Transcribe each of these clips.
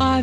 I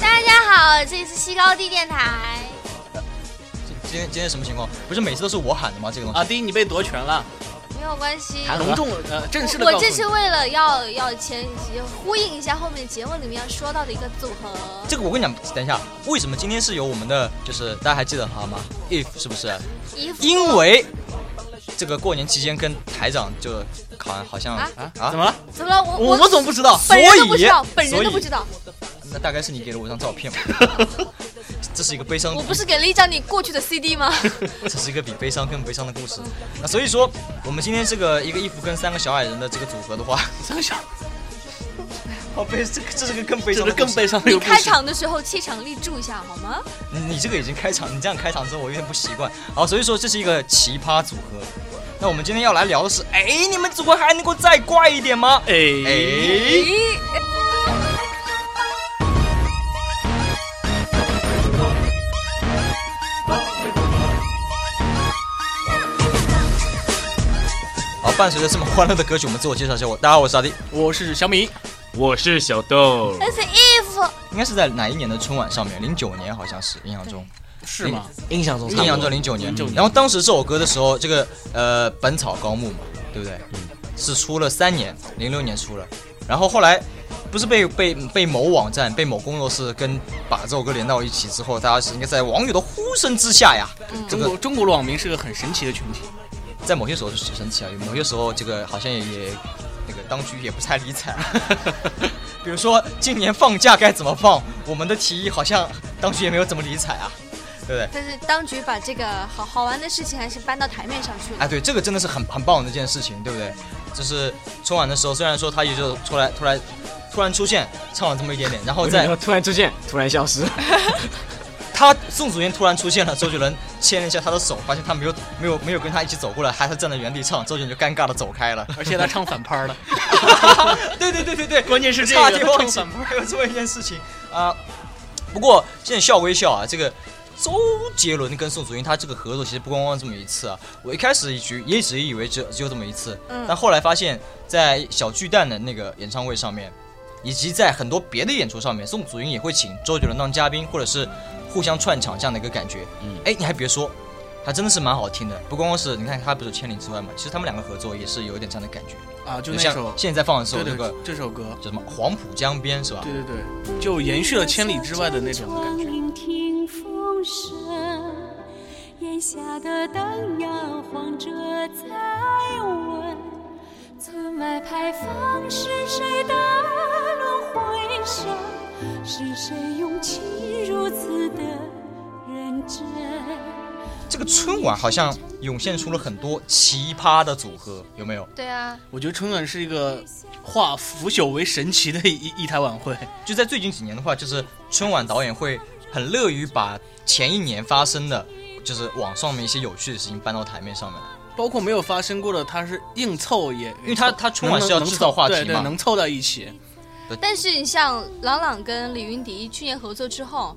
大家好，这里是西高地电台。今天今天什么情况？不是每次都是我喊的吗？这个东西啊，丁，你被夺权了，没有关系，隆重呃，正式的我这是为了要要前呼应一下后面节目里面要说到的一个组合。这个我跟你讲，等一下，为什么今天是由我们的就是大家还记得他吗？If 是不是？因为这个过年期间跟台长就好像好像啊啊，怎么了？怎么了？我我怎么不知道？所本以人都不知道，本人都所不以知道。那大概是你给了我一张照 片吧，这是一个悲伤我，不是给了一张你过去的 CD 吗？这是一个比悲伤更悲伤的故事。那所以说，我们今天这个一个衣服跟三个小矮人的这个组合的话，三个小， 好悲，这个这是个更悲这伤的是故更事悲。伤的一你个故开事。场的时候气场力注一下好吗？你你这个已经开场，你这样开场之后我有点不习惯。好，所以说这是一个奇葩组合。那我们今天要来聊的是，哎，你们组合还能够再怪一点吗？哎，哎，好，伴随着这么欢乐的歌曲，我们自我介绍一下我。大家好，我是阿迪。我是小米，我是小豆，但是 if 应该是在哪一年的春晚上面？零九年好像是，印象中，是吗？嗯印象中印象中零九年09。年然后当时这首歌的时候，这个呃《本草纲目》嘛，对不对？嗯是出了三年，零六年出了。然后后来不是被被被某网站、被某工作室跟把这首歌连到一起之后，大家是应该在网友的呼声之下呀，这中个国中国的网民是个很神奇的群体，在某些时候是神奇啊，有某些时候这个好像也也那个当局也不太理睬。 比如说今年放假该怎么放，我们的提议好像当局也没有怎么理睬啊，对不对？但是当局把这个好好玩的事情还是搬到台面上去了。哎，对，这个真的是很很棒的一件事情，对不对？就是春晚的时候，虽然说他也就出来突然突然出现，唱了这么一点点，然后在突然出现，突然消失， 他宋祖英突然出现了，周杰伦牵了一下他的手，发现他没有没有没有跟他一起走过来，还是站在原地唱，周杰伦就尴尬的走开了。 而且他唱反拍了，对对对对对，关键是这差个点忘唱记反拍。还有这么一件事情啊。不过现在笑归笑啊，这个周杰伦跟宋祖英他这个合作其实不光光这么一次啊。我一开始一局也只以为只只有这么一次，嗯但后来发现，在小巨蛋的那个演唱会上面，以及在很多别的演出上面，宋祖英也会请周杰伦当嘉宾，或者是互相串场这样的一个感觉。嗯，哎，你还别说。还真的是蛮好听的，不光光是你看他不是有《千里之外》嘛，其实他们两个合作也是有一点这样的感觉，啊，就就那像首，现在放的这首对这对个对，这首歌，叫什么黄浦江边是吧？对对对，就延续了千里之外的那种感觉。窗听风声，檐下的灯摇晃着，在问村外牌坊是谁的轮回声？是谁用情如此的认真？这个春晚好像涌现出了很多奇葩的组合，有没有？对啊，我觉得春晚是一个化腐朽为神奇的一 一台晚会。就在最近几年的话，就是春晚导演会很乐于把前一年发生的，就是网上面一些有趣的事情搬到台面上面来。包括没有发生过的，他是硬凑也，因为它它春晚是要能能制造话题对对，嘛能凑到一起。但是你像郎朗跟李云迪去年合作之后，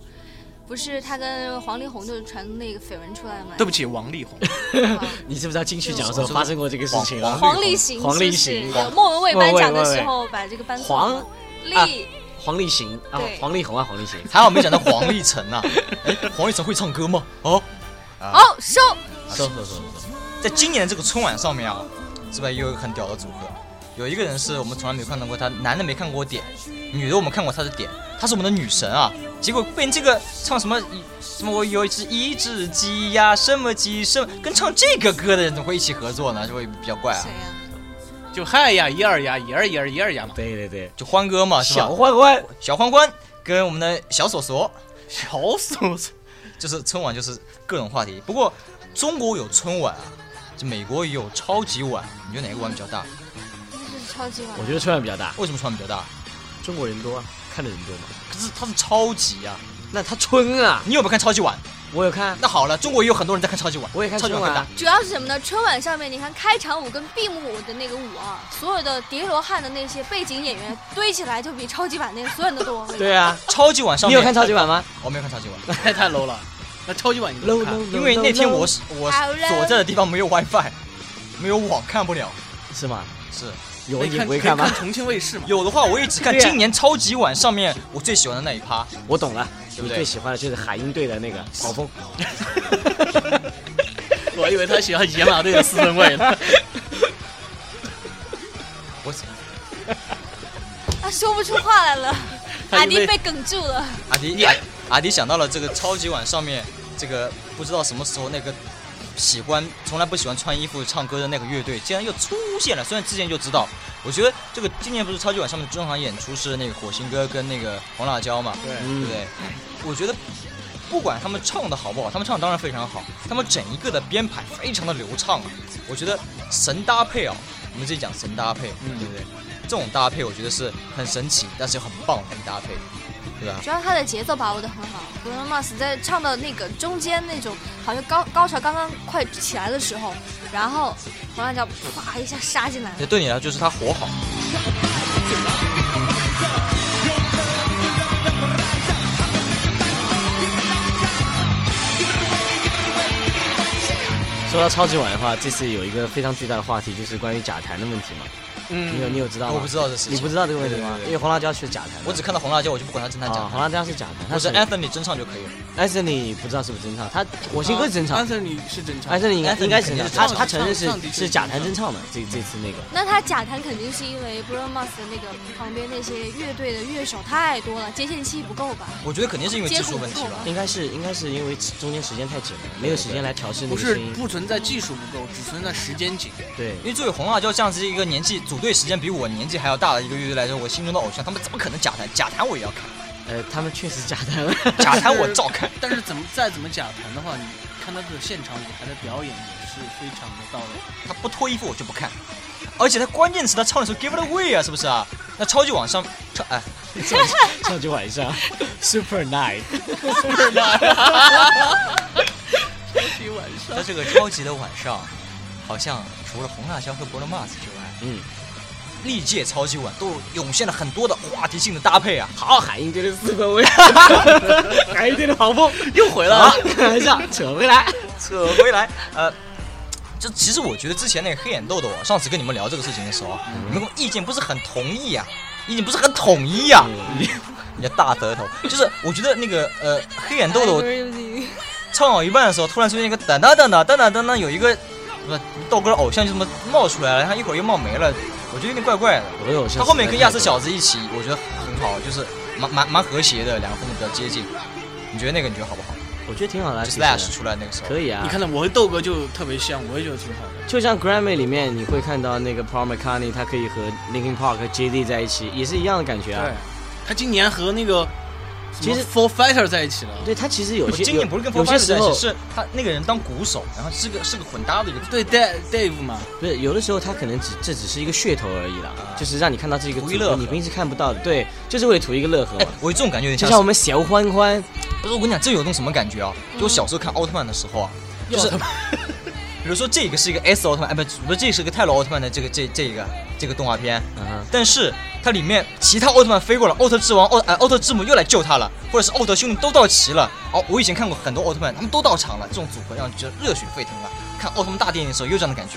不是他跟黄力宏就传那个绯闻出来吗？对不起，王力宏， 啊你知不知道金曲奖的时候发生过这个事情黄啊？黄立行，黄是不立是行有莫文蔚莫颁文蔚奖的莫文时蔚候把这个颁错黄了啊立黄立行啊对，黄立宏啊，黄立行， 还好没讲到黄立成啊，哎，黄立成会唱歌吗？哦，哦，收，收收收收收，在今年这个春晚上面啊，是吧？有一个很屌的组合，有一个人是我们从来没有看到过他，男的没看过点，女的我们看过他的点，她是我们的女神啊。结果被这个唱什么什么我有一只一只鸡呀，什么鸡什么，跟唱这个歌的人怎么会一起合作呢？就会比较怪啊谁。呀？就嗨呀，一二呀，一二一二一二呀嘛。对对对，就欢哥嘛，是吧？小欢欢，小欢欢跟我们的小锁锁，小死我！就是春晚就是各种话题。不过中国有春晚啊，这美国也有超级碗，你觉得哪个碗比较大？这是超级碗我。觉得春晚比较大，为什么春晚比较大？中国人多啊，看的人多嘛。可是它是超级啊！那他春啊，你有没有看超级碗？我有看，那好了，中国也有很多人在看超级碗，我也看超级春碗晚更大啊。，主要是什么呢？春晚上面，你看开场舞跟闭幕舞的那个舞啊，所有的叠罗汉的那些背景演员堆起来，就比超级碗那个所有人都多。我跟你说对啊，超级碗上你面有看超级碗吗我没有看超级碗，那 太 low 了。那超级碗你都不看因为那天我是我好了所在的地方没有 WiFi，没有网看不了。是吗？是有你可以不会可以看吗？重庆卫视嘛。 有的话，我也只看对啊今年超级碗上面我最喜欢的那一趴。我懂了，对不你对最喜欢的就是海鹰队的那个跑风，我以为他喜欢野马队的四分卫 呢。我他说不出话来了，他阿因为迪被梗住了。阿迪阿阿迪想到了这个超级碗上面这个不知道什么时候那个喜欢从来不喜欢穿衣服唱歌的那个乐队，竟然又出现了。虽然之前就知道，我觉得这个今年不是超级碗上面的专场演出是那个火星哥跟那个黄辣椒嘛，对对嗯不，对？我觉得不管他们唱的好不好，他们唱得当然非常好，他们整一个的编排非常的流畅，啊我觉得神搭配啊，我们这讲神搭配，对不对？这种搭配我觉得是很神奇，但是又很棒的搭配，对吧？主要他的节奏把握的很好。Bruno Mars 在唱到那个中间那种好像高高潮刚刚快起来的时候，然后黄辣椒啪一下杀进来了也。对你来说就是他火好。说到超级碗的话，这次有一个非常巨大的话题，就是关于假弹的问题嘛。你有嗯，你有知道吗？我不知道这事情你不知道这个问题吗对对对？对因为黄辣椒是假弹的，我只看到红辣椒，我就不管他真啊弹假黄弹，辣椒是假弹，我他是是 Anthony 真唱就可以了。艾森你不知道是不是真唱，他火星哥是真唱安，森你啊是真唱。艾森你啊 Anthony 应该应该是真肯定唱，是他唱他承认是唱的确是假弹真唱的，这这次那个。那他假弹肯定是因为 Bruno Mars 的那个旁边那些乐队的乐手太多了，接线器不够吧？我觉得肯定是因为技术问题接骨吧头。应该是应该是因为中间时间太紧了，没有时间来调试那不个是声音。不存在技术不够，只存在时间紧。对因，为作为红辣椒这样子一个年纪组队时间比我年纪还要大的一个乐队来说，我心中的偶像，他们怎么可能假弹？假弹我也要看，呃，他们确实假弹了。 假弹我照看。但是怎么再怎么假弹的话，你看他的现场舞台的表演也是非常的到位。他不脱衣服我就不看。而且他关键词他唱的时候 give it away 啊，是不是啊？那超级往上唱，哎，超级晚 上，Super Night，在这个超级的晚上，好像除了红辣椒和 Bruno Mars 之外，嗯，历届超级碗都涌现了很多的话题性的搭配啊。好，海鹰队的四分 卫，海鹰队的跑步 又回了啊开玩笑，扯回来。扯回来，呃，就其实我觉得之前那个黑眼豆豆啊，上次跟你们聊这个事情的时候啊，你们意见不是很同意啊，意见不是很统一啊。嗯你你的大舌头，就是我觉得那个呃黑眼豆豆哎唱到一半的时候，突然出现一个噔噔噔噔噔噔噔噔，有一个不豆哥的偶像就这么冒出来了，然后一会儿又冒没了，我觉得有点怪怪的。我的偶像，他后面跟亚瑟小子一起，我觉得很好，就是蛮蛮蛮和谐的，两个风格比较接近。你觉得那个你觉得好不好？我觉得挺好的啊就其实 Slash 出来那个时候，可以啊。你看到我和豆哥就特别像，我也觉得挺好的。就像 Grammy 里面，你会看到那个 Paul McCartney，他可以和 Linkin Park 和 JD 在一起，也是一样的感觉啊。，他今年和那个什么其实 Four Fighter 在一起了。对他其实有我些今年不是跟有有 Four 些 Fighters 时在一候起，是他那个人当鼓手，然后是个是个混搭的一个对，Dave Dave 嘛，不是有的时候他可能只这只是一个噱头而已啦，就是让你看到这啊个图组一乐呵合你平时看不到的，对，就是为了图一个乐呵哎嘛。，我有这种感觉有点就像像我是，们小欢欢，不是我跟你讲，这有一种什么感觉啊？就我小时候看奥特曼的时候啊，就是， 比如说这个是一个 S 奥特曼，哎不，不，这是个泰罗奥特曼的这个这这个这个动画片，嗯哼，但是它里面其他奥特曼飞过了，奥特之王、奥呃奥特之母又来救他了，或者是奥特兄弟都到齐了。哦，我以前看过很多奥特曼，他们都到场了，这种组合让你觉得热血沸腾啊！看奥特曼大电影的时候，有这样的感觉。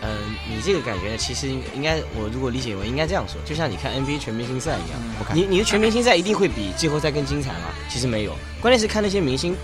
嗯、你这个感觉呢，其实应应该，我如果理解为应该这样说，就像你看 NBA 全明星赛一样，嗯你你的全明星赛一定会比季后赛更精彩吗？其实没有，关键是看那些明星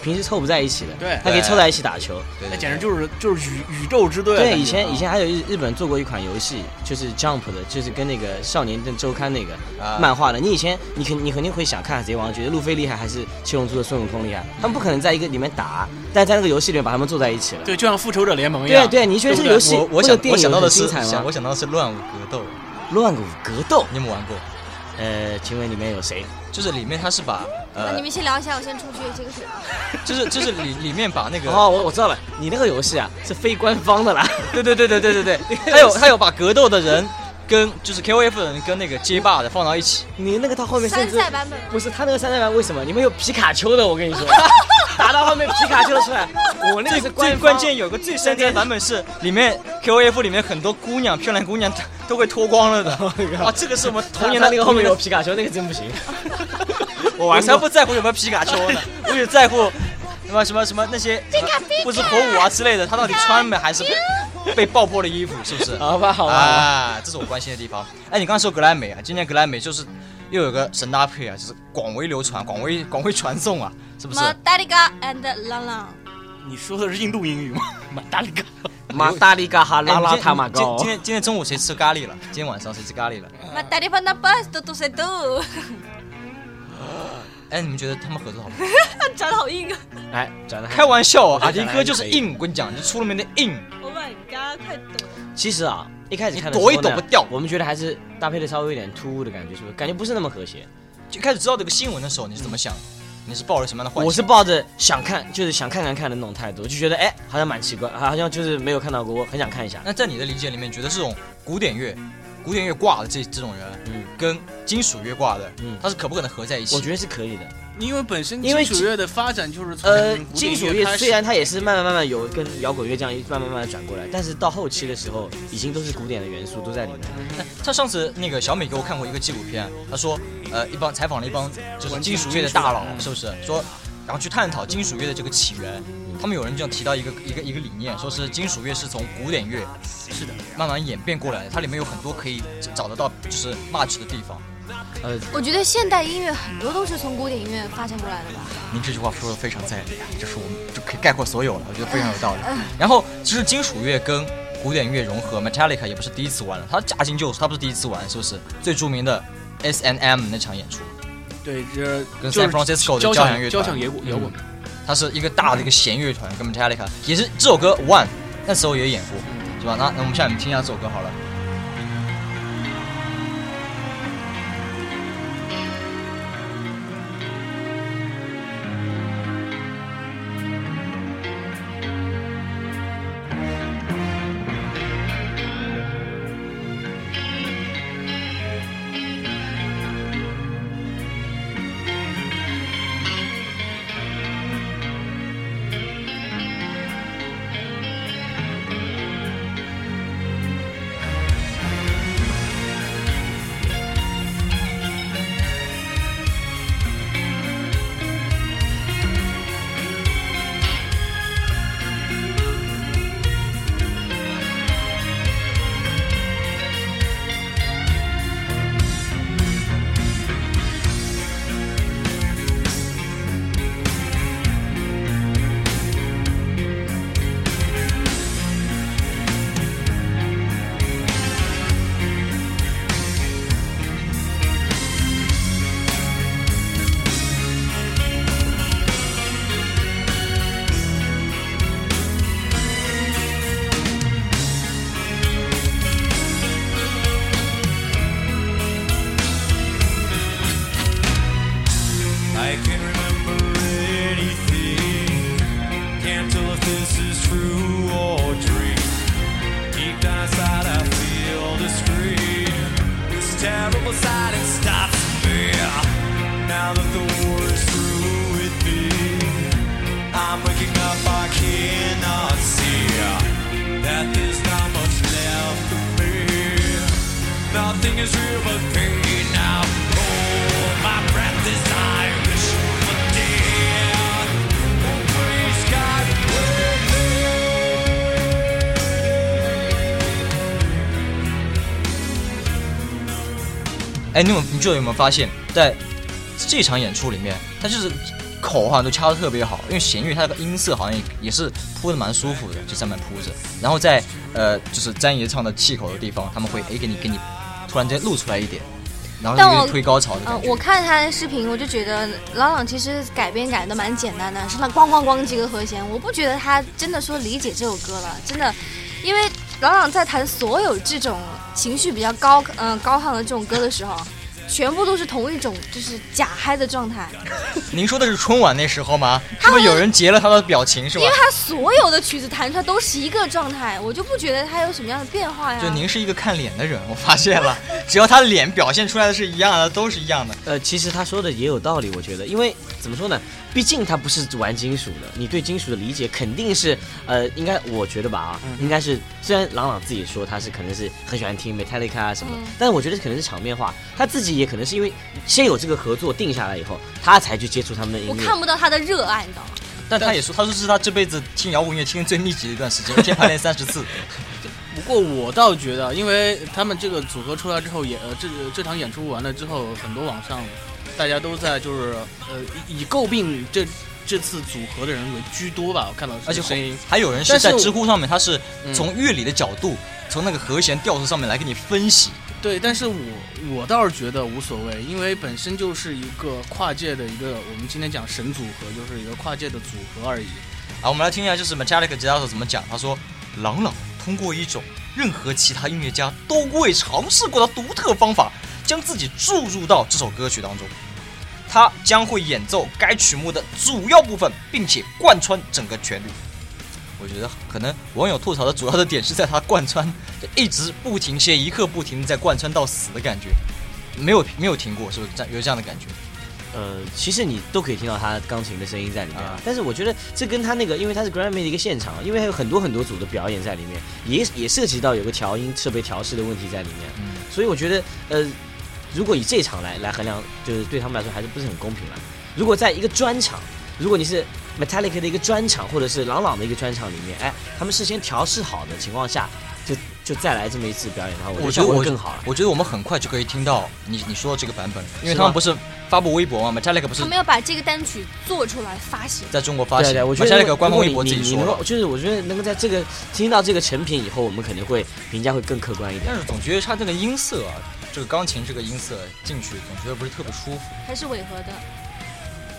平时凑不在一起的，对他可以凑在一起打球。对那对简直就是就是宇宇宙之队啊。对，感觉以前嗯啊以前还有日日本做过一款游戏，就是 Jump 的，就是跟那个《少年周刊》那个啊漫画的。你以前你肯你肯定会想看《海贼王》，觉得路飞厉害还是七龙珠的孙悟空厉害？他们不可能在一个里面打，但在那个游戏里面把他们坐在一起了。对，就像复仇者联盟一对啊样。对，你觉得这对不个对游戏我或我者想电我影想到很的精是彩想吗我？想到的是乱舞格斗，乱舞格斗，你有没有玩过？呃，请问里面有谁？就是里面他是把那你呃，们先聊一下，我先出去接个水啊。就是就是里里面把那个哦，我我知道了，你那个游戏啊是非官方的啦。 对对对对对对 对，他有他有把格斗的人跟就是 K O F 的人跟那个街霸的放到一起，你那个到后面甚山至寨版本，不是他那个山寨版为什么？里面有皮卡丘的，我跟你 说，打到后面皮卡丘出来，我那个是最最官关键有个最山寨的版本是里面 K O F 里面很多姑娘漂亮姑娘都都会脱光了的啊，这个是我们童 童年年的的那个后面有皮卡丘，那个真不 行。我玩过才不在乎有没有皮卡丘呢， 我只在乎什么什么什么那些不是火舞啊之类的，他到底穿没还是被被爆破的衣服，是不是？好吧，好吧，好吧啊，这是我关心的地方。哎，你刚刚说格莱美啊，今年格莱美就是又有个神搭配啊，就是广为流传、广为广为传颂啊，是不是？么达里嘎 and 朗朗，你说的是印度英语吗？ 马达里嘎，马达利嘎哈哎拉你拉今塔马今高今。天今天中午谁吃咖喱了？今天晚上谁吃咖喱了？么达里巴那巴都都谁都， 哎，你们觉得他们合作好吗？长得好硬啊哎，转 的开玩笑啊，阿我觉迪得哥就是硬，我跟你讲，就出了名的硬。 ！Oh my god，快抖！其实啊，一开始看的你躲也时候呢躲不掉我们觉得还是搭配的稍微有点突兀的感觉，是不是？感觉不是那么和谐。就开始知道这个新闻的时候，你是怎么想？你是抱着什么样的幻我是想？抱着想看，就是想看看看的那种态度，就觉得哎，好像蛮奇怪，好像就是没有看到过，我很想看一下。那在你的理解里面，你觉得这种古典乐、古典乐挂的这这种人，嗯跟金属乐挂的，嗯他是可不可能合在一起？我觉得是可以的。因为本身因为金属乐的发展就是从呃，古典金属乐乐开始虽然它也是慢慢慢慢有跟摇滚乐这样一慢慢慢慢转过来，但是到后期的时候，已经都是古典的元素都在里面。他上次那个小美给我看过一个纪录片，他说，呃，一帮采访了一帮就是金属乐的大佬，是不是？说，然后去探讨金属乐的这个起源。他们有人就提到一个一个一个理念，说是金属乐是从古典乐是的，慢慢演变过来的，它里面有很多可以找得到就是 match 的地方。呃，我觉得现代音乐很多都是从古典音乐发展过来的吧。您这句话说的非常在理啊，就是我们就可以概括所有了，我觉得非常有道理。然后其实金属乐跟古典乐融合，Metallica 也不是第一次玩了，他驾轻就熟，他不是第一次玩，是不是？最著名的 S N M 那场演出，对，这跟就是 San Francisco 的交交响乐团嗯交响摇滚摇滚。它是一个大的一个弦乐团，跟 Metallica 也是这首歌 One 那时候也演过，是吧？那那我们下面听一下这首歌好了。我 Oh, Oh, 哎，你有你就有没有发现，在这场演出里面，他就是口好像都掐得特别好，因为弦乐它那个音色好像也也是铺的蛮舒服的，就上面铺着。然后在呃，就是詹爷唱的气口的地方，他们会哎给你给你突然间露出来一点，然后但有我点推高潮的呃感，觉。我看他的视频，我就觉得朗朗其实改编改的蛮简单的，是那咣咣咣几个和弦，我不觉得他真的说理解这首歌了，真的，因为朗朗在弹所有这种情绪比较高嗯、高亢的这种歌的时候，全部都是同一种就是假嗨的状态，您说的是春晚那时候吗？是不是有人截了他的表情是吧因为？他所有的曲子弹出来都是一个状态，我就不觉得他有什么样的变化呀。就您是一个看脸的人，我发现 了，只要他脸表现出来的是一样的，都是一样的。呃，其实他说的也有道理，我觉得，因为怎么说呢，毕竟他不是玩金属的，你对金属的理解肯定是，呃，应该我觉得吧啊，应该是，虽然朗朗自己说他是可能是很喜欢听 Metallica 啊什么的，嗯但是我觉得可能是场面化，他自己也可能是因为先有这个合作定下来以后，他才去接触他们的音乐。我看不到他的热爱，你知道吗？但他也说，他说是他这辈子听摇滚乐听得最密集的一段时间，一天排练三十次。不过我倒觉得，因为他们这个组合出来之后，也呃这这场演出完了之后，很多网上大家都在就是呃以以诟病这这次组合的人为居多吧，我看到这而且个声音。还有人是但是在我知乎上面，他是嗯从乐理的角度，从那个和弦调子上面来给你分析。对，但是我我倒是觉得无所谓，因为本身就是一个跨界的一个，我们今天讲神组合，就是一个跨界的组合而已。啊，我们来听一下，就是 Metallica 吉他手怎么讲。他说，朗朗通过一种任何其他音乐家都未尝试过的独特方法，将自己注入到这首歌曲当中。他将会演奏该曲目的主要部分，并且贯穿整个旋律。我觉得可能网友吐槽的主要的点是在他贯穿，就一直不停歇，一刻不停地在贯穿到死的感觉，没有没有停过，是不是这样有这样的感觉？呃，其实你都可以听到他钢琴的声音在里面啊啊。但是我觉得这跟他那个，因为他是 Grammy 的一个现场，啊因为还有很多很多组的表演在里面，也也涉及到有个调音设备调试的问题在里面。嗯所以我觉得，呃，如果以这场来来衡量，就是对他们来说还是不是很公平了。如果在一个专场，如果你是 Metallica 的一个专场，或者是朗朗的一个专场里面，哎，他们事先调试好的情况下，就就再来这么一次表演的话，我我觉得效果我会更好了。我觉得我们很快就可以听到你你说的这个版本，因为是他们吗不是发布微博嘛，Metallica 不是他们要把这个单曲做出来发行。在中国发对行对，我觉得 Metallica 如果官方微博你自己你说能够，了。就是我觉得能够在这个听到这个成品以后，我们肯定会评价会更客观一点但。是总觉得它这个音色啊，这个钢琴这个音色进去，总觉得不是特别舒服，还是违和的。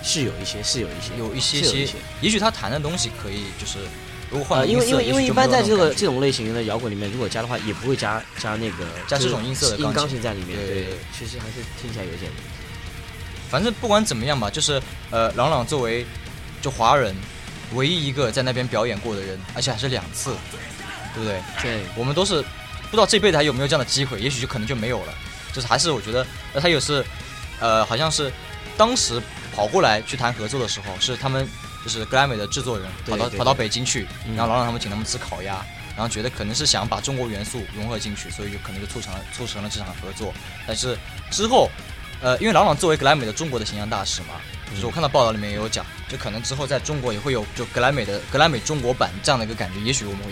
是有一些，是有一些，有一些是有一些些。，也许他弹的东西可以就是，如果换呃，了因音色为因也为许因为一就没般有那在种这个感觉这种类型的摇滚里面，如果加的话，也不会加加那个加这就种音色的音钢钢琴琴在里面。对对对，其实还是听起来有点反正不管怎么样吧，就是呃，朗朗作为就华人唯一一个在那边表演过的人，而且还是两次，对不对？对。我们都是不知道这辈子还有没有这样的机会，也许就可能就没有了。就是还是我觉得，呃，他也是，呃，好像是当时跑过来去谈合作的时候，是他们就是 Grammy 的制作人对跑到对跑到对北京去，嗯然后老让他们请他们吃烤鸭，然后觉得可能是想把中国元素融合进去，所以就可能就促成了促成了这场合作。但是之后，呃，因为朗朗作为格莱美的中国的形象大使嘛，就是我看到报道里面也有讲，就可能之后在中国也会有就格莱美的格莱美中国版这样的一个感觉，也许我们会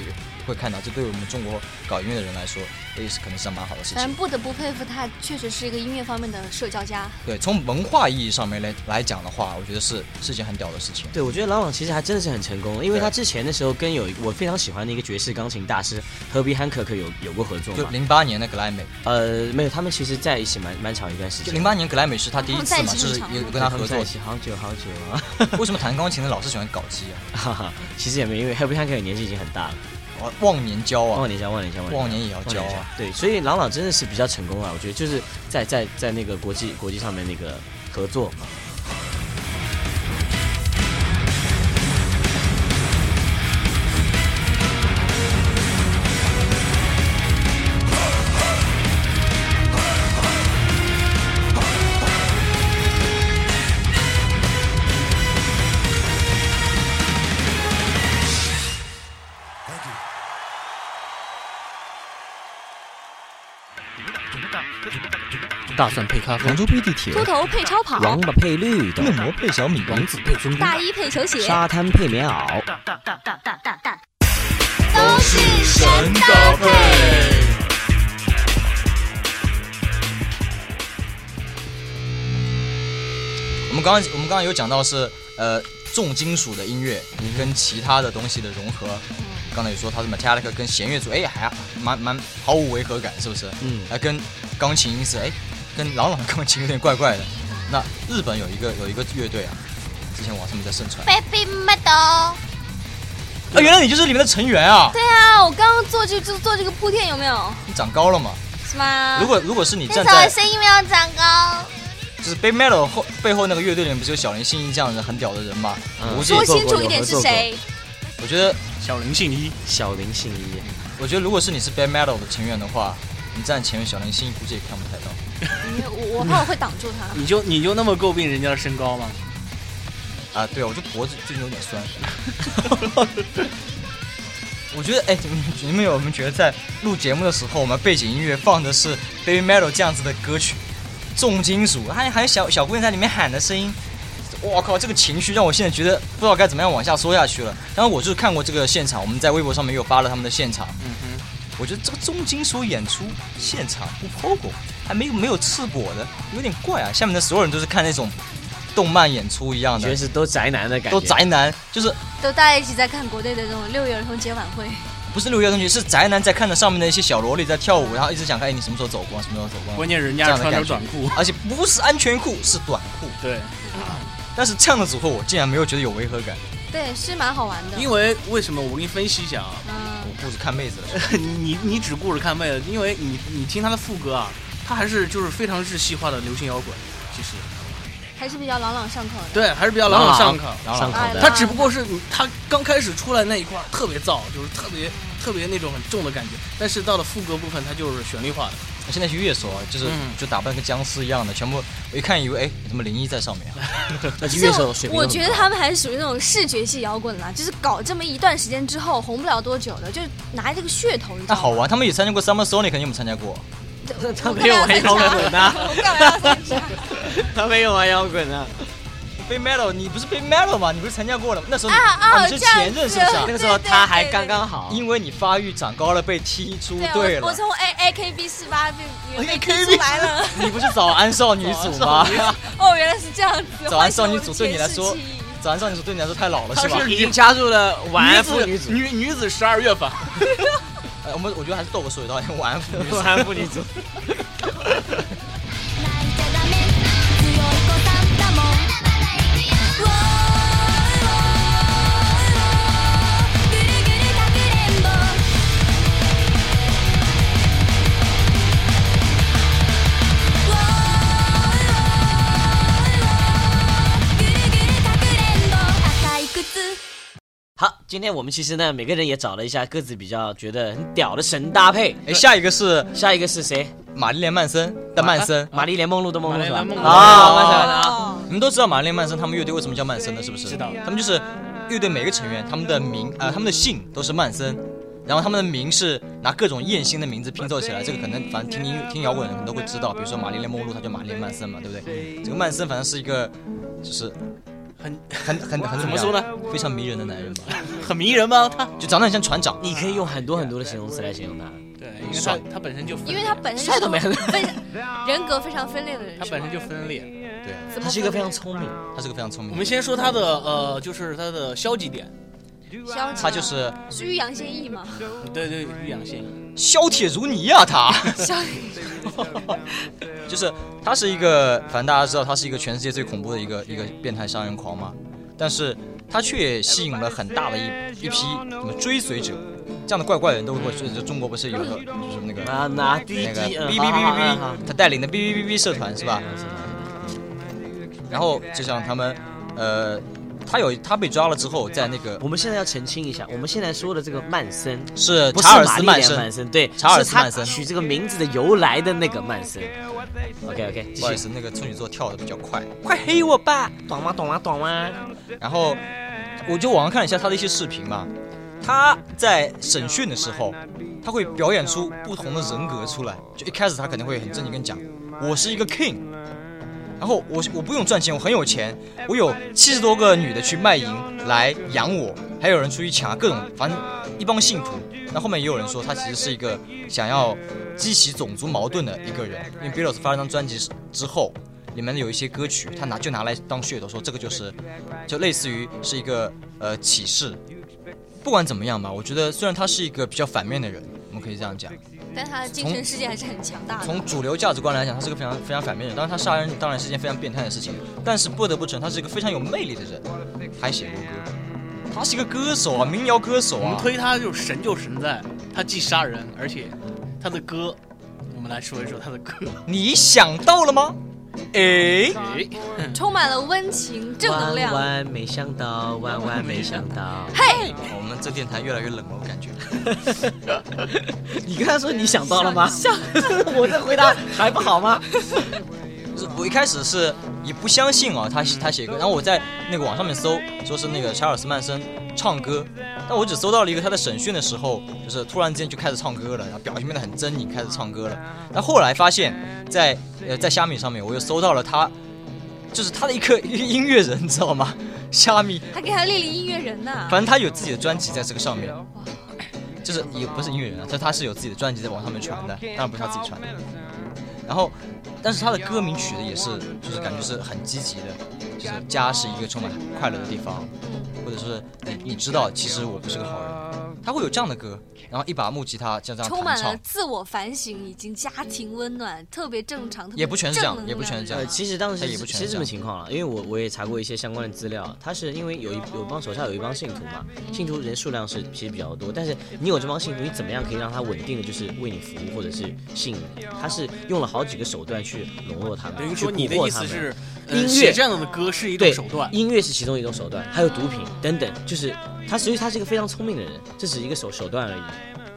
会看到，这对我们中国搞音乐的人来说，也是可能是件蛮好的事反正情。不得不佩服他，确实是一个音乐方面的社交家。对，从文化意义上面来来讲的话，我觉得是是件很屌的事情。对，我觉得朗朗其实还真的是很成功的，因为对他之前的时候跟有一我非常喜欢的一个爵士钢琴大师何必汉克克有有过合作就嘛？零八年的格莱美，呃，没有，他们其实在一起蛮蛮长一段时就间。零八年格莱美是他第一次他们嘛，在一就起是很长有吗跟他合作在一。起好久好久啊， 为什么弹钢琴的老是喜欢搞基啊？哈哈，其实也没，因为何必汉克克年纪已经很大了，忘忘年交啊忘！年交忘年交忘年年也要忘交年交啊！对，所以朗朗真的是比较成功啊，我觉得就是在在在那个国际国际上面那个合作嘛。大蒜配咖啡，啊州配地铁秃头配超跑，王八配绿豆，魔配小米，王子配春大衣配球鞋，沙滩配棉袄。都是神搭配。们刚刚我们刚刚有讲到是呃重金属的音乐嗯跟其他的东西的融合，刚才也说它是 Metallica 跟弦乐组，哎还蛮蛮毫无违和感，是不是？嗯哎跟钢琴音色，哎跟朗朗的钢琴有点怪怪的。那日本有一个有一个乐队啊，之前网上面在盛传， Baby Metal。啊原来你就是里面的成员啊，对啊，我刚刚做这就做这个铺垫有没有？你长高了嘛？是吗？如果如果是你至站少在声音没有长高。就是 Big Metal 后背后那个乐队里面不是有小林幸一这样的很屌的人吗？嗯我估计说做过清楚一点是谁？我觉得小林信一，小林信一，我觉得如果是你是 Bad Metal 的成员的话，你站前面小林星估计也看不太到。因为嗯我我怕我会挡住 他。你就你就那么诟病人家的身高吗？嗯啊，对啊，我这脖子最近有点 酸。我觉得，哎，你们你们有没有觉得在录节目的时候，我们背景音乐放的是 Baby Metal 这样子的歌曲，重金属，还还有小小姑娘在里面喊的声音，我靠，这个情绪让我现在觉得不知道该怎么样往下说下去了。然后我就是看过这个现场，我们在微博上面有发了他们的现场，嗯哼，我觉得这个重金属演出现场不抛过，还没有没有赤裸的，有点怪啊。下面的所有人都是看那种动漫演出一样觉得的，是都宅男的感觉，都宅男，就是都大家一起在看国内的这种六一儿童节晚会，不是六一儿童节，是宅男在看着上面的一些小萝莉在跳舞，然后一直想看，哎，你什么时候走光，什么时候走光关。键人这家样的穿着感觉短裤，而且不是安全裤，是短裤。对，但是这样的组合，我竟然没有觉得有违和感。对，是蛮好玩的。因为为什么？我给你分析一下啊，嗯，我顾着看妹子了，你嗯你你只顾着看妹子，因为你你听他的副歌啊，他还是就是非常日系化的流行摇滚，其实还是比较朗朗上口的。对，还是比较朗朗上口。然后上呢口哎的他只不过是你他刚开始出来那一块儿特别燥，就是特别特别那种很重的感觉，但是到了副歌部分，它就是旋律化的。我现在去乐手啊，就是嗯就打扮跟僵尸一样的，全部我一看以为，哎，怎么零一在上面啊？那其音实乐手水平我都很高觉得他们还是属于那种视觉系摇滚啦，就是搞这么一段时间之后，红不了多久的，就拿这个噱头，你知道吗那好。啊玩，他们也参加过 Summer Sonic，你有没有参加过？他他我没干有嘛要参玩加？摇滚 的，我干嘛要参加？他没有玩摇滚啊的，被 Metal，你不是被 Metal 吗？你不是参加过了吗？那时候你啊啊你是前任是不是啊那这样子？个时候他还刚刚好，因为你发育长高了，被踢出队对，我我了。从 A A K B 四八被被踢出来了。你不是 早安少女组吗？哦，原来是这样子。 早安少女组对你来唤说醒我的前世记忆，早安少女组对你来说太老了是吧？已经加入了晚安妇女组，女女子十二月 份，哎我们我觉得还是斗个水道，晚安妇女组。晚安妇女 组，泣いちゃダメ強い子さんだもんウォーウォーウォーぐるぐるかくれんぼウォーウォーウォーぐるぐるかくれんぼ赤い靴好，今天我们其实呢，每个人也找了一下各自比较觉得很屌的神搭配。 哎，下一个是下一个是谁？玛丽莲曼森的曼森。玛丽莲梦露的梦露是吧？玛丽莲梦露啊，哦曼森曼森啊，你们都知道玛丽莲曼森他们乐队为什么叫曼森的，是不是？知道他们就是乐队每个成员他们的名呃他们的姓都是曼森，然后他们的名是拿各种艳星的名字拼凑起哦来。这个可能反正听音乐听摇滚的人都会知道，比如说玛丽莲梦露，她叫玛丽莲曼森嘛，对不对？这个曼森反正是一个就是嗯很很很很怎么说呢？非常迷人的男人吧，很迷人吗？他就长得很像船长。你可以用很多很多的形容词来形容他。对，因为帅他他本身就分因为他本身帅都没了分人格非常分裂的人，他本身就分裂。对，怎么他是一个非常聪明，他是个非常聪我明的们人。先说他的呃，就是他的消极点，消极他就是是欲扬先抑嘛，对对，欲扬先抑。削铁如泥呀、 他消就是他是一个，反正大家知道他是一个全世界最恐怖的一个一个变态杀人狂嘛，但是他却吸引了很大的一一批什么追随者，这样的怪怪的人都会，就中国不是有个就是那个啊，拿第一那个滴，哔嗯哔哔好好好哔好好哔，他带领的哔哔哔哔社团是吧？然后就像他们，呃，他有他被抓了之后，在那个我们现在要澄清一下，我们现在说的这个曼森。是不是呃查尔玛斯丽曼莲森曼，森，对，查尔斯是他曼森取这个名字的由来的那个曼森。OK OK，不好继意续。思，那个处女座跳的比较快。快黑我嗯吧，懂吗？懂吗？懂吗？然后我就网上看了一下他的一些视频嘛，他在审讯的时候，他会表演出不同的人格出来。就一开始他肯定会很正经跟你讲，我是一个 king，然后我我不用赚钱，我很有钱，我有七十多个女的去卖淫来养我，还有人出去抢啊各种，反正一帮信徒。那后面也有人说他其实是一个想要激起种族矛盾的一个人，因为 Beatles 发了张专辑之后，里面的有一些歌曲，他拿就拿来当噱头，说这个就是，就类似于是一个呃启示。不管怎么样吧，我觉得虽然他是一个比较反面的人，我们可以这样讲， 但他的精神世界还是很强大的。从主流价值观来讲，他是个非常非常反面的人。当然，他杀人当然是一件非常变态的事情，但是不得不承认，他是一个非常有魅力的人，还写过歌。他是一个歌手啊，民谣歌手我们啊。推他就是神就神在，他既杀人，而且他的歌，我们来说一说他的歌。你想到了吗？哎，哎，充满了温情正能量。万万没想到，万万没想 到。嘿，我们这电台越来越冷了，我感觉。你刚才说你想到了吗？ 我在回答还不好吗？就是我一开始是也不相信啊，他他写歌，然后我在那个网上面搜，说是那个查尔斯曼森唱歌，但我只搜到了一个他的审讯的时候，就是突然之间就开始唱歌了，然后表情变得很狰狞，开始唱歌了。但后来发现在，呃在虾米上面，我又搜到了他，就是他的一个 音乐人，你知道吗？虾米，他给他列了音乐人呐、反正他有自己的专辑在这个上面。就是也不是音乐人啊，但他是有自己的专辑在网上面传的，当然不是他自己传的。然后，但是他的歌名取的也是，就是感觉是很积极的，就是家是一个充满快乐的地方，或者是你你知道，其实我不是个好人，他会有这样的歌，然后一把木吉他这样这样充弹满了唱，自我反省，以及家庭温暖，特别正常，特别也不全是这样正能量也不全是这样呃，其实当时他也不是全是这这么样情况了，因为我我也查过一些相关的资料，他是因为有一有帮手下有一帮信徒嘛，信徒人数量是其实比较多，但是你有这帮信徒，你怎么样可以让他稳定的就是为你服务或者是信你？他是用了好几个手段去笼络他们，等于去说你的蛊惑意他思们是，呃音乐写这样的歌是一种对手段。音乐是其中一种手段，还有毒品等等，就是他其实他是一个非常聪明的人，这只是一个手手段而已。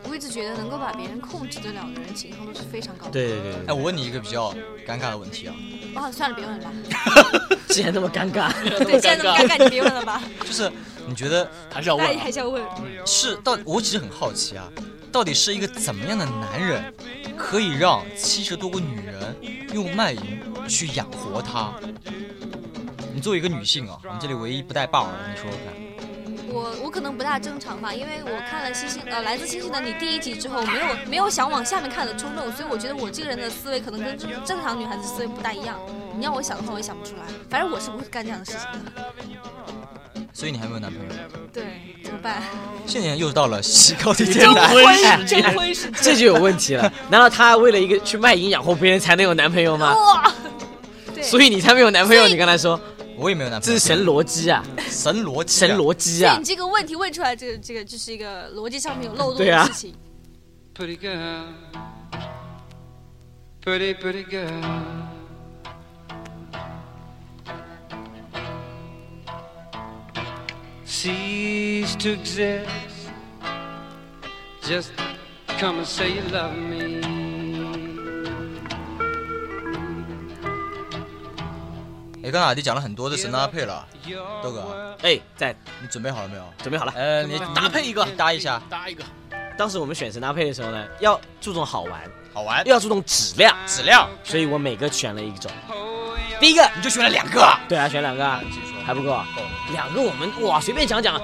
我一直觉得能够把别人控制得了的嗯人，情商都是非常高 的。对对对哎，我问你一个比较尴尬的问题啊，哇，算了，别问了吧。既然那么尴尬，对，既然那么尴尬，你别问了 吧。就是你觉得还是要问大家啊还是要问，是到我其实很好奇啊，到底是一个怎么样的男人，可以让七十多个女人用卖淫去养活他？你作为一个女性啊，我们这里唯一不带 bar 的，你说说看。我我可能不大正常吧，因为我看了《星星呃来自星星的你》第一集之后，没有没有想往下面看的冲动，所以我觉得我这个人的思维可能跟正常女孩子思维不大一样。你让我想的话，我也想不出来。反正我是不会干这样的事情的。所以你还没有男朋友？对，怎么办？现在又到了西高地电台，哎征婚时间。这就有问题了。难道他为了一个去卖淫养活别人才能有男朋友吗？哇，对，所以你才没有男朋友，所以你跟他说我也没有男朋这友。是神逻辑 啊，神逻辑、神。逻辑所以啊哎你！这个问题问出来，这个这个就是一个逻辑上面有漏洞对啊的事情。 Pretty girl, pretty, pretty girl. Cease to exist. Just come and say you love me. 也跟哎阿迪讲了很多的神搭配了， Your 豆哥，啊哎，在你准备好了没有？准备好了。呃，你搭配一个你搭一下，搭一个，当时我们选神搭配的时候呢，要注重好玩，好玩又。要注重质量，质量，所以我每个选了一种。第一个你就选了两个啊，对啊，选两个啊继续说哦还不够啊够了，两个我们哇随便讲讲，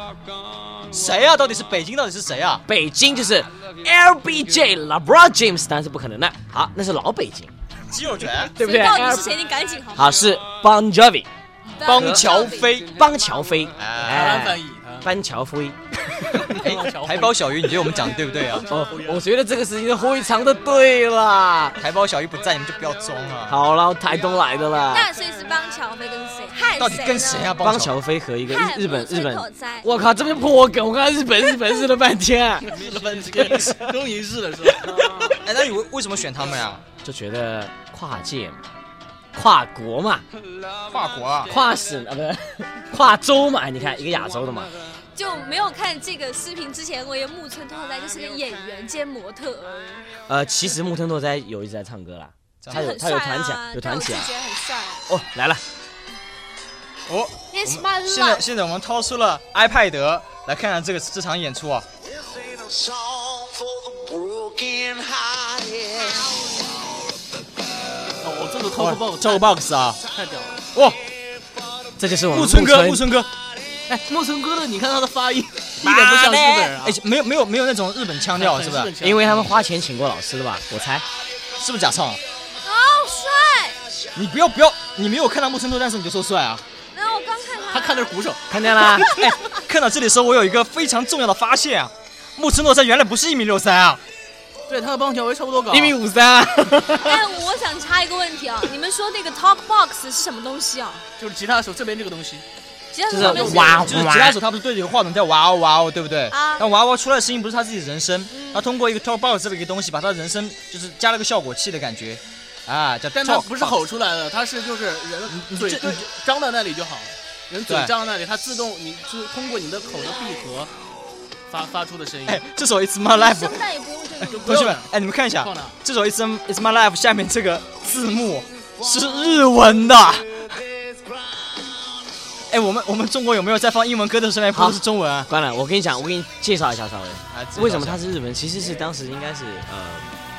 谁啊？到底是北京？到底是谁啊？北京就是 LBJ LeBron James，当然是不可能的。好，那是老北京，肌肉拳，对不对所以到底是？L 谁？你赶紧好吗？好是 Bon Jovi，邦乔飞。邦乔飞，台湾哎翻，译啊，班乔飞。哎，台胞小鱼，你觉得我们讲的对不对啊？哦，我觉得这个事情非常的对了。台胞小鱼不在，你们就不要装啊了。好了，台东来的啦。那所以是邦乔飞跟谁？害到底跟谁啊？？邦邦乔乔飞和一个汉日日本服日本吹口塞，我靠，这不是破梗！我刚才日本日本日了半天，日本 终于是了是吧？哎，那你为为什么选他们呀？ 就觉得跨界嘛，跨国 嘛，跨国啊？跨省啊，不是跨州嘛？哎你看一个亚洲的嘛，就没有看这个视频之前，我也木村拓哉就是个演员兼模特而已，呃，其实木村拓哉有一直在唱歌啦，他有很他帅有啊，团起来，有但团我起就来。觉得很帅。哦，来了，哦， Yes, my 现在 love。现在我们掏出了 iPad 来看看这个这场演出啊。 This ain't a song for the broken hearted. 哦，这个 Coco Box Total box 啊！太屌了，哇，这就是我们木村哥，木村哥，哎，木村哥的，你看他的 发音一点不像日本人啊哎，，没有没有没有那种日本腔调，是不是？因为为他们花钱请过老师的吧？我猜。是不是假唱？哦好帅！啊你不要不要，你没有看到木村拓哉的时候你就说帅 啊！那我刚看他，他看的是鼓手，看见啦？哎，看到这里的时候，我有一个非常重要的发现啊，木村拓哉原来不是一米六三啊，对，他和棒球围差不多高，啊一米五三，哎，我想插一个问题啊，你们说那个 talk box 是什么东西啊？就是吉他手这边这个东西，吉他就手是上面哇写哦就是吉他手他不是对着一个话筒在哇哦哇哦，对不对？啊嗯但哇哇出来的声音不是他自己的人声，他通过一个 talk box 这么一个东西，把他的人声就是加了个效果器的感觉，啊，叫但他 talk 不是 box 吼出来的，他是就是人嘴这对你张到那里就好，人嘴对张到那里，它自动你就是通过你的口的闭合发发出的声音，哎，这首 It's My Life，声带也不用这就种。不同用学们，哎，你们看一下放哪儿，这首 It's It's My Life 下面这个字幕是日文的。哎，我们我们中国有没有在放英文歌的时候，那好不是中文啊？关了，我跟你讲，我给你介绍一下稍微。啊知道为什么知它道是日本？其实是当时应该是呃，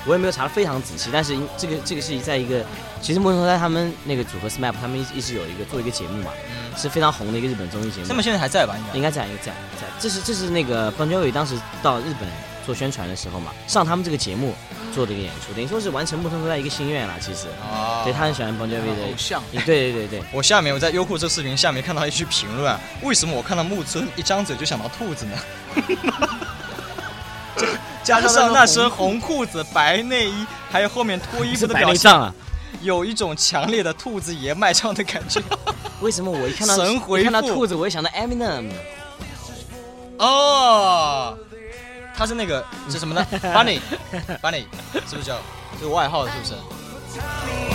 我也没有查的非常仔细，但是因这个这个是在一个，其实木头在他们那个组合 SMAP，他们一一直有一个做一个节目嘛，是非常红的一个日本综艺节嗯他目们，现在还在吧？应该应该在应该在在，这是这是那个 Bon Jovi 当时到日本做宣传的时候嘛，上他们这个节目做的一个演出，等于说是完成木头在一个心愿啦，其实，嗯哦对他很喜欢 Bon 他 Jovi 们偶的。像。对对对 对，我下面我在优酷这视频下面看到一句评论，啊，为什么我看到木村一张嘴就想到兔子呢？ 加加上那身红裤子、白内衣，还有后面脱衣服是的 白表内情，障啊！有一种强烈的兔子爷卖唱的感觉。为什么我一看到神一回看到复兔子，我就想到 Eminem？哦，他是那个是什么 呢？Bunny，Bunny 是不是叫？这个外号是不是？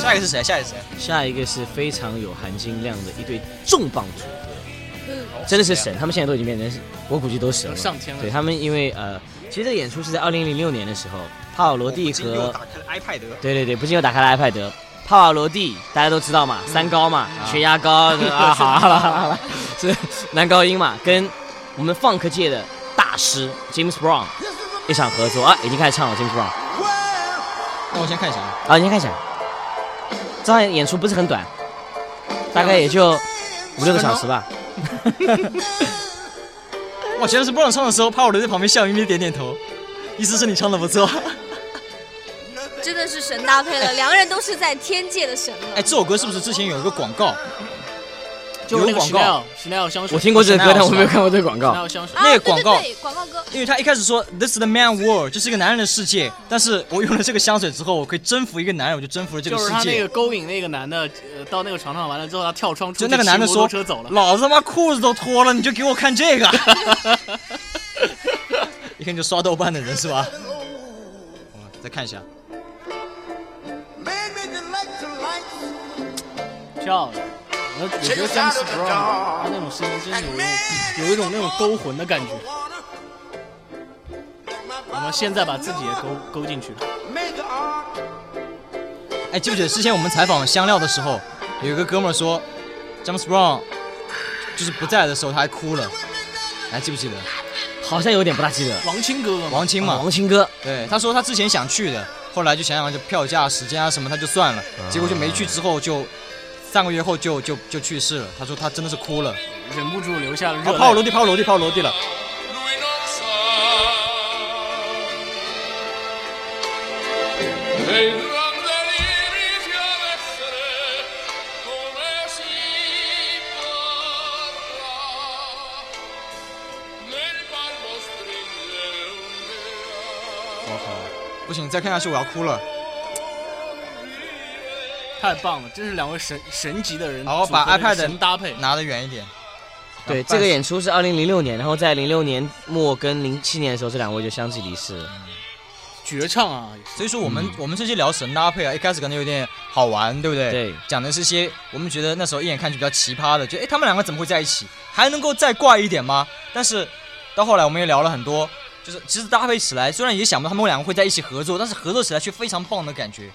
下一个是谁？下一个是谁？下一个是非常有含金量的一对重磅组嗯合，真的是神，他们现在都已经变成，我估计都神了，上天了对他们，因为呃，其实这个演出是在二零零六年的时候，哦帕瓦罗蒂我不禁又和打开了 iPad。对对对，不禁又打开了 iPad。帕瓦罗蒂大家都知道嘛，三高嘛，血压高 啊，好了好了好了，是男高音嘛，跟我们 funk 界的大师 James Brown 一场合作啊，已经开始唱了 James Brown。那我先看一下啊。啊，你先看一下，这场演出不是很短，大概也就五六个小时吧。哇，杰是布朗唱的时候，怕我留在旁边笑眯眯地点点头，意思是你唱的不错。真的是神搭配了，两个人都是在天界的神了。哎，这首歌是不是之前有一个广告？就是那个有广告 Chanel Chanel 香水，我听过这个歌，但我没有看过这个广告。 Chanel 香水，啊 那个对广告对对广告歌，因为他一开始说 “This is the man world”，就是一个男人的世界。但是我用了这个香水之后，我可以征服一个男人，我就征服了这个就世是界。他那个勾引那个男的，呃，到那个床上完了之后，他跳窗出就去，那个男的骑说摩托车走：“了，老子他妈裤子都脱了，你就给我看 这个。”一看就刷豆瓣的人是吧？我再看一下，漂亮。我我觉得 James Brown 他那种声音真是有一种有一种那种勾魂的感觉， 我们现在把自己也勾勾进去了。哎，记不记得之前我们采访香料的时候，有一个哥们儿说，James Brown 就是不在的时候他还哭了，还记不记得？好像有点不大记得。王清哥哥嘛，王清嘛，王青啊哥，对，他说他之前想去的，后来就想想就票价、时间啊什么，他就算了，啊结果就没去。之后就三个月后就就就去世了。他说他真的是哭了，忍不住流下了啊，热抛我楼泪。梯，抛我楼梯，抛我楼梯了。我靠，不行，再看下去我要哭了。太棒了，真是两位神神级的人，好把 iPad 神搭配。拿得远一点。对，啊半这个演出是二零零六年，然后在零六年末跟零七年的时候，这两位就相继离世了。绝唱啊！也是所以说我嗯们、我们这些聊神搭配啊，一开始可能有点好玩，对不对？对讲的是些我们觉得那时候一眼看去比较奇葩的，就哎他们两个怎么会在一起？还能够再怪一点吗？但是到后来我们也聊了很多，就是其实搭配起来，虽然也想不到他们两个会在一起合作，但是合作起来却非常棒的感觉。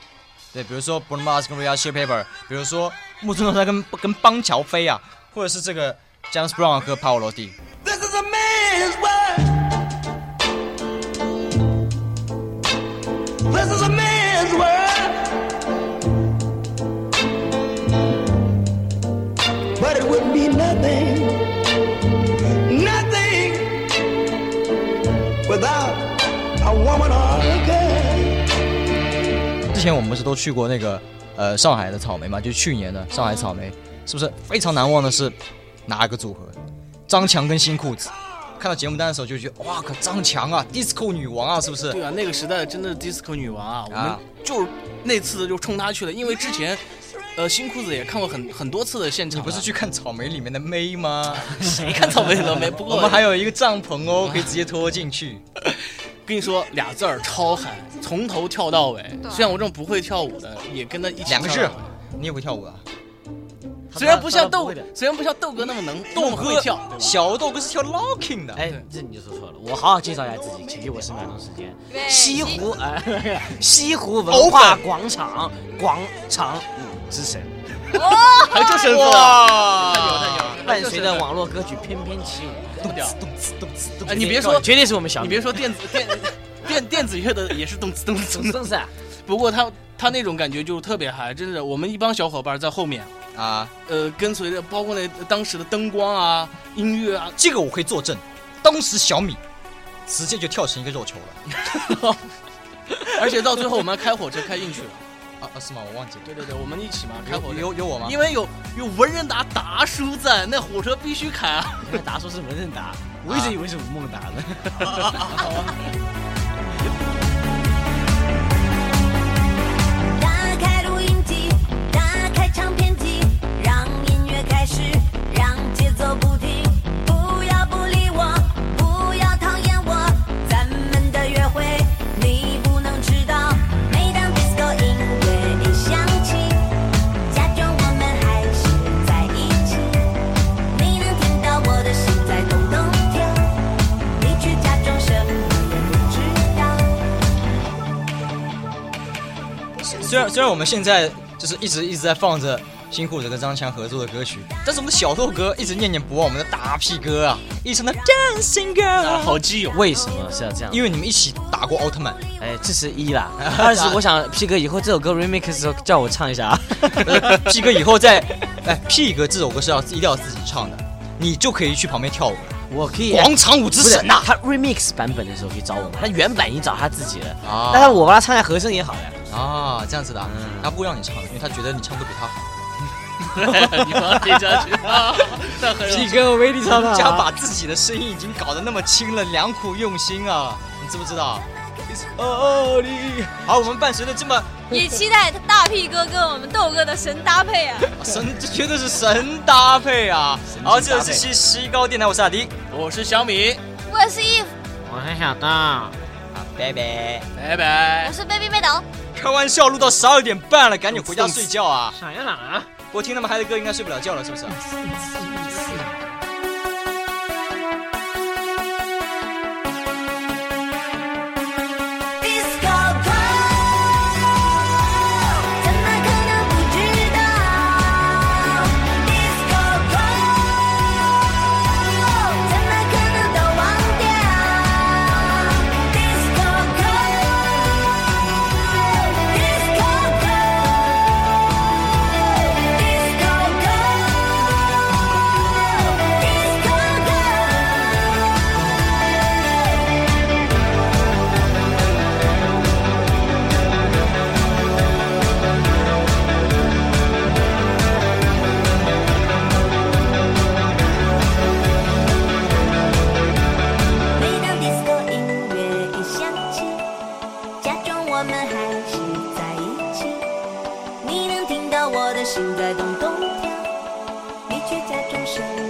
对，比如说 Bruno Mars 跟 Ria s h e p a p e r 比如说木村拓哉跟跟邦乔飞啊，或者是这个 James Brown 和帕瓦罗蒂。 This is a man's world. This is a man's world. But it would be nothing, nothing without 前我们不是都去过那个呃上海的草莓嘛？就去年的上海草莓，是不是非常难忘的是哪个组合？张强跟新裤子。看到节目单的时候就觉得，哇靠，张强啊，disco 女王啊，是不是？对啊，那个时代真的 disco 女王啊，我啊们就是那次就冲她去了，因为之前，呃，新裤子也看过很很多次的现场你了。不是去看草莓里面的妹吗？谁看草莓了 没？不过啊我们还有一个帐篷哦，可以直接拖进去。跟你说俩字儿超嗨，从头跳到尾。对虽然我这种不会跳舞的，也跟他一起两个跳字 到尾，你也会跳舞啊？虽然不像他他豆不会的，虽然不像豆哥那么能那豆么哥会跳，对吧小豆哥是跳 locking 的。哎对，这你就说错了。我好好介绍一下自己，请给我十秒钟时间。对西湖啊，西湖文化广场广场嗯舞之神，还 真身份啊！哇！伴随着网络歌曲翩翩起舞，这么屌！动次动次动哎次。你别说绝对是我们小你米。别说电子电 电电子乐的也是动次动次总的，算是啊，不过他他那种感觉就是特别嗨，真的。我们一帮小伙伴在后面，啊，呃，跟随着包括那当时的灯光啊、音乐啊，这个我可以作证，当时小米直接就跳成一个肉球了。而且到最后我们还开火车开进去了。啊啊，是吗？我忘记了。对对对，我们一起嘛开有火 车，有有我吗？因为有有文人达达叔在，那火车必须开啊。那达叔是文任达，我一直以为是吴孟达呢。哎打开录音机，打开唱片机，让音乐开始，让节奏不停。不要不理我，不要讨厌我，咱们的约会你不能迟到。每当 disco 音乐一响起，假装我们还是在一起。你能听到我的心在咚咚跳，你却假装什么也不知道。虽然虽然我们现在就是一直一直在放着新裤子跟张强合作的歌曲，但是我们的小豆哥一直念念不忘我们的大屁哥啊，一直的 Dancing Girl，、啊，好基友。为什么是要这样？因为你们一起打过奥特曼，哎，这是一啦。二是我想 P 哥以后这首歌 remix 的时候叫我唱一下啊。屁哥以后再哎屁哥这首歌是要一定要自己唱的，你就可以去旁边跳舞，我可以广场舞之不是神呐、他 remix 版本的时候可以找我们，他原版已经找他自己了，啊但是我帮他唱一下和声也好呀。啊，这样子的啊，嗯他不会让你唱的，因为他觉得你唱歌比他好。你往谁家 去啊？那很有哥，我为 你唱这样把自己的声音已经搞得那么轻了，良苦用心啊，你知不知道？哦，你好，我们伴随着这么也期待大屁哥跟我们豆哥的神搭配啊！神，这绝对是神搭配啊！好，这里是西西高电台，我是阿迪，我是小米，我是 Eve，我很想当。好，拜拜。拜拜我。是 Baby 妹岛，开玩笑，录到十二点半了，赶紧回家睡觉啊！想呀想啊！不过听他们嗨的歌，应该睡不了觉了，是不是？ Disco Ball，怎么可能不知道？Disco Ball，怎么可能都忘掉？Disco Ball，Disco Ball，Disco Ball，Disco Ball。每当 disco 音乐一响起，假装我们还是在一起。你能听到我的心在咚咚跳，你却假装什么